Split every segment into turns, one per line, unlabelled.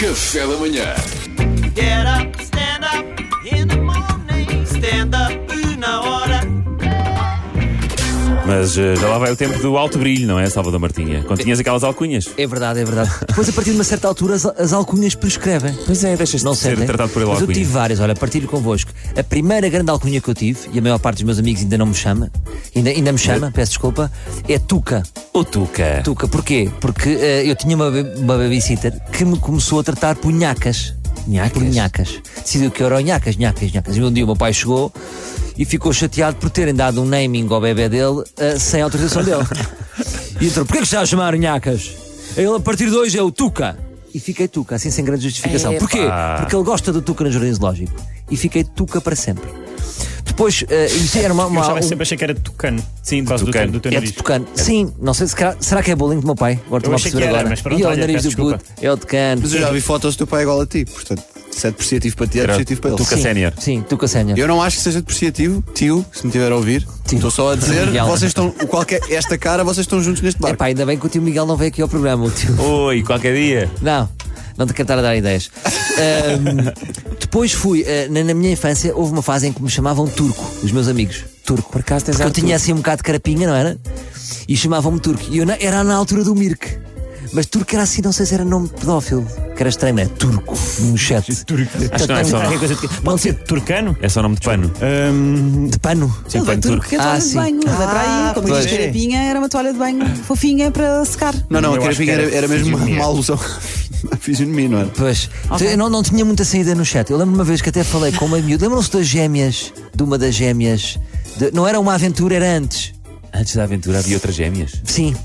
Café da manhã.
Get up, stand up in the morning. Stand up na hora.
Mas eh, já lá vai o tempo do alto brilho, não é, Salvador Martinha? Quando tinhas aquelas alcunhas.
É verdade, é verdade. Depois, a partir de uma certa altura, as, as alcunhas prescrevem.
Pois é, deixas-te
Não
de ser
servem.
tratado por ele
Mas eu
alcunha.
tive várias, olha, partilho convosco. A primeira grande alcunha que eu tive, e a maior parte dos meus amigos ainda não me chama, ainda, ainda me chama, peço desculpa, é Tuca.
O
É.
Tuca.
Tuca, porquê? Porque eh, eu tinha uma, be- uma babysitter que me começou a tratar por nhacas. Nhacas? Por nhacas. Decidiu que eu era o nhacas, nhacas, nhacas. E um dia o meu pai chegou e ficou chateado por terem dado um naming ao bebê dele eh, sem autorização dele. e entrou, porquê que está a chamar o nhacas? Ele a partir de hoje é o Tuca. E fiquei Tuca, assim sem grande justificação. Porquê? Porque ele gosta do Tuca no Jardim Zoológico. E fiquei Tuca para sempre. Depois, eh, isso era uma,
Eu
uma,
já
um-
sempre achei que era tucano. Sim, por causa do,
tucano.
teu- do teu
é
nariz.
de tucano. Sim, não sei se calhar- será que é bullying do meu pai? Agora estou a
achei
perceber
que era,
agora.
mas pronto,
e é o
olha,
nariz do
peço
puto, é o tucano.
Mas eu já vi fotos do teu pai igual a ti, portanto, se é depreciativo para ti, é
Era
depreciativo para ele.
Tuca
Sim,
sénior.
Sim, tuca sénior.
Eu não acho que seja depreciativo, tio, se me tiver a ouvir.
Tio.
Estou só a dizer,
Miguel.
vocês estão, o qualquer, esta cara, vocês estão juntos neste barco.
Epá, ainda bem que o tio Miguel não veio aqui ao programa, o tio.
Oi, qualquer dia.
Não, não te quero estar a dar ideias. Ahm, depois fui, ah, na, na minha infância, houve uma fase em que me chamavam turco, os meus amigos. Turco. Por acaso Porque eu tinha assim um bocado de carapinha, não era? E chamavam-me turco. E eu na- era na altura do Mirk. Mas turco era assim, não sei se era nome pedófilo. Que era estranho, não é? Turco, Então, no chat. Turco.
Acho que não é só.
Qualquer coisa de- Pode ser turcano?
É só nome de pano.
Hum,
De pano.
Sim, pano turco.
Porque a toalha
Ah,
de
sim.
banho, da praia, como
pois.
diz carapinha, era uma toalha de banho fofinha para secar.
Não, não,
Eu
a
acho que
carapinha
era
era, era mesmo uma,
fisionomia.
uma alusão à fisionomia, não era?
Pois, eu não, não tinha muita saída no chat. Eu lembro uma vez que até falei com uma miúda. Lembram-se das gêmeas? De uma das gêmeas? De- não era uma aventura, era antes.
Antes da aventura havia outras gêmeas.
Sim.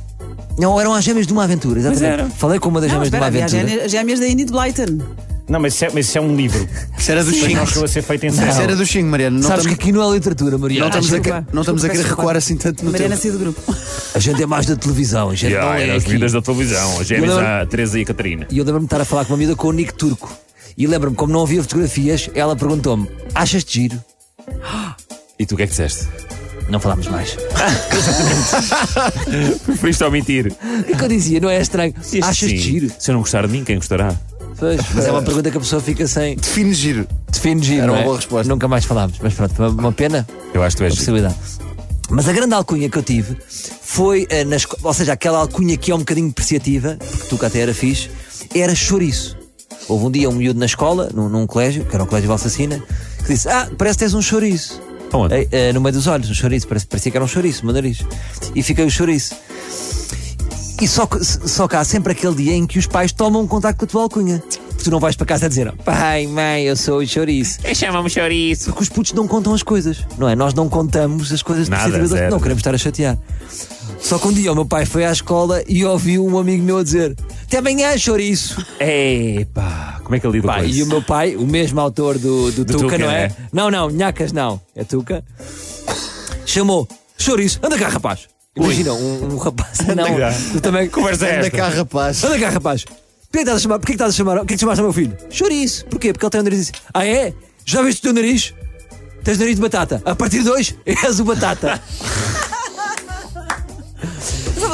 Não, eram as gêmeas de uma aventura, exatamente.
eram.
Falei com uma das
Não,
gêmeas
espera, é
de é uma
havia as
aventura.
gêmeas- as gêmeas da Indy de Blyton.
não, mas isso, é, mas isso é um livro.
Isso era do
Mas
Xing.
não chegou a ser feito em
Isso
série.
era do Xing, Mariana. Não
Sabes que
estamos,
aqui não é literatura, Maria.
não estamos, a, que-
desculpa.
não estamos a querer
Desculpa,
recuar assim tanto no
Mariana
tempo.
saiu do grupo.
A gente é mais da televisão, a gente
Yeah,
não é
eram as
aqui.
vidas da televisão. As gêmeas,
Não.
a Teresa e a Catarina.
E eu lembro-me de estar a falar com uma miúda com o Nick Turco. E lembro-me, como não havia fotografias, ela perguntou-me: achas-te giro?
E tu o que é que disseste?
Não falámos mais.
Preferiste omitir.
O que é que eu dizia? Não é estranho? Achas-te
Sim.
giro?
Se eu não gostar de mim, quem gostará?
Pois, mas é uma pergunta que a pessoa fica sem.
Define giro.
Define giro.
Era uma
não é?
boa resposta.
Nunca mais falámos, mas pronto, uma, uma pena,
Eu acho que tu
uma
és.
possibilidade. Mas a grande alcunha que eu tive foi, eh, na esco- ou seja, aquela alcunha que é um bocadinho depreciativa, porque tu cá até era fixe, era chouriço. Houve um dia um miúdo na escola, num, num colégio, que era um colégio de Valsacina, que disse: Ah, parece que tens um chouriço.
Aonde?
Eh, eh, no meio dos olhos, um chouriço, parece- parecia que era um chouriço, no meu nariz. E fiquei o chouriço. E só, que- só que há sempre aquele dia em que os pais tomam um contato com a tua alcunha. Porque tu não vais para casa a dizer, pai, mãe, eu sou o chouriço.
Chamamos chouriço.
Porque os putos não contam as coisas, não é? Nós não contamos as coisas
Nada,
depreciativas,
zero.
não queremos estar a chatear. Só que um dia o meu pai foi à escola e ouviu um amigo meu a dizer: Até amanhã, chouriço.
Epá, como é que ele lida
Pá,
com
e o
isso?
meu pai, o mesmo autor do, do, Tuca,
Tuca,
não é?
é?
Não, não, Nhacas não, é Tuca. Chamou: Chouriço, anda cá, rapaz. Imagina, um, um rapaz. não,
cá.
tu também.
Conversa é
Anda
esta.
cá, rapaz.
Anda cá, rapaz. Porquê que estás a chamar? Porquê que estás a chamar? O que é que chamaste ao meu filho? Chouriço. Porquê? Porque ele tem um nariz. Ah, é? Já viste o teu nariz? Tens nariz de batata. A partir de hoje, és o batata.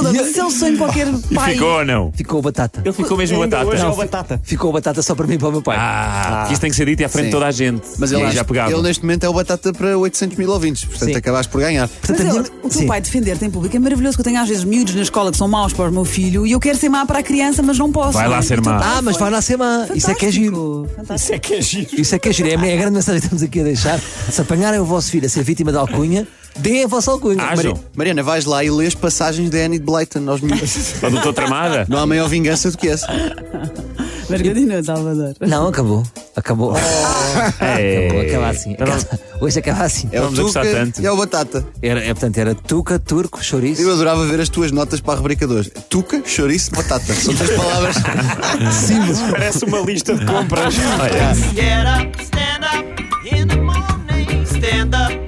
Mas isso é um sonho de qualquer
E
pai.
ficou ou não?
Ficou o batata.
Ele ficou mesmo
Ainda
batata.
Hoje é o
Não,
batata.
Ficou o batata só para mim e para o meu pai.
Ah, que isto tem que ser dito e à frente
Sim.
de toda a gente.
Mas
E
ele,
aí já
acho-
pegava.
ele neste momento é o batata para 800 mil ouvintes, portanto
Sim.
acabaste por ganhar.
Mas
a
é,
minha-
o teu
Sim.
pai defender-te em público é maravilhoso, que eu tenho às vezes miúdos na escola que são maus para o meu filho e eu quero ser má para a criança, mas não posso.
Vai
não é?
lá ser
E tu-
má.
Ah, mas vai lá ser má. Isso é que é giro.
Isso
Fantástico, fantástico.
é que é giro.
Isso é que é giro. É a minha grande mensagem que estamos aqui a deixar. Se apanharem o vosso filho a ser vítima de alcunha, deem a vossa alcunha.
Ah,
Ajam.
Mariana, vais lá e lês passagens de Annie de Blyton aos miúdos.
Ou doutor Tramada.
Não há maior vingança do que essa.
Mas continua, Salvador.
Não, acabou.
Oh.
Acabou. Acabou.
É.
Acaba assim.
Tá
Acaba- Hoje acaba assim.
É o
Vamos a gostar
Tuca
tanto.
e é o Batata.
Era, é, portanto, era tuca, turco, chouriço.
Eu adorava ver as tuas notas para a rubrica 2. Tuca, chouriço, batata. São três palavras.
Parece uma lista de compras.
Get up, uh, stand up in the morning. Stand up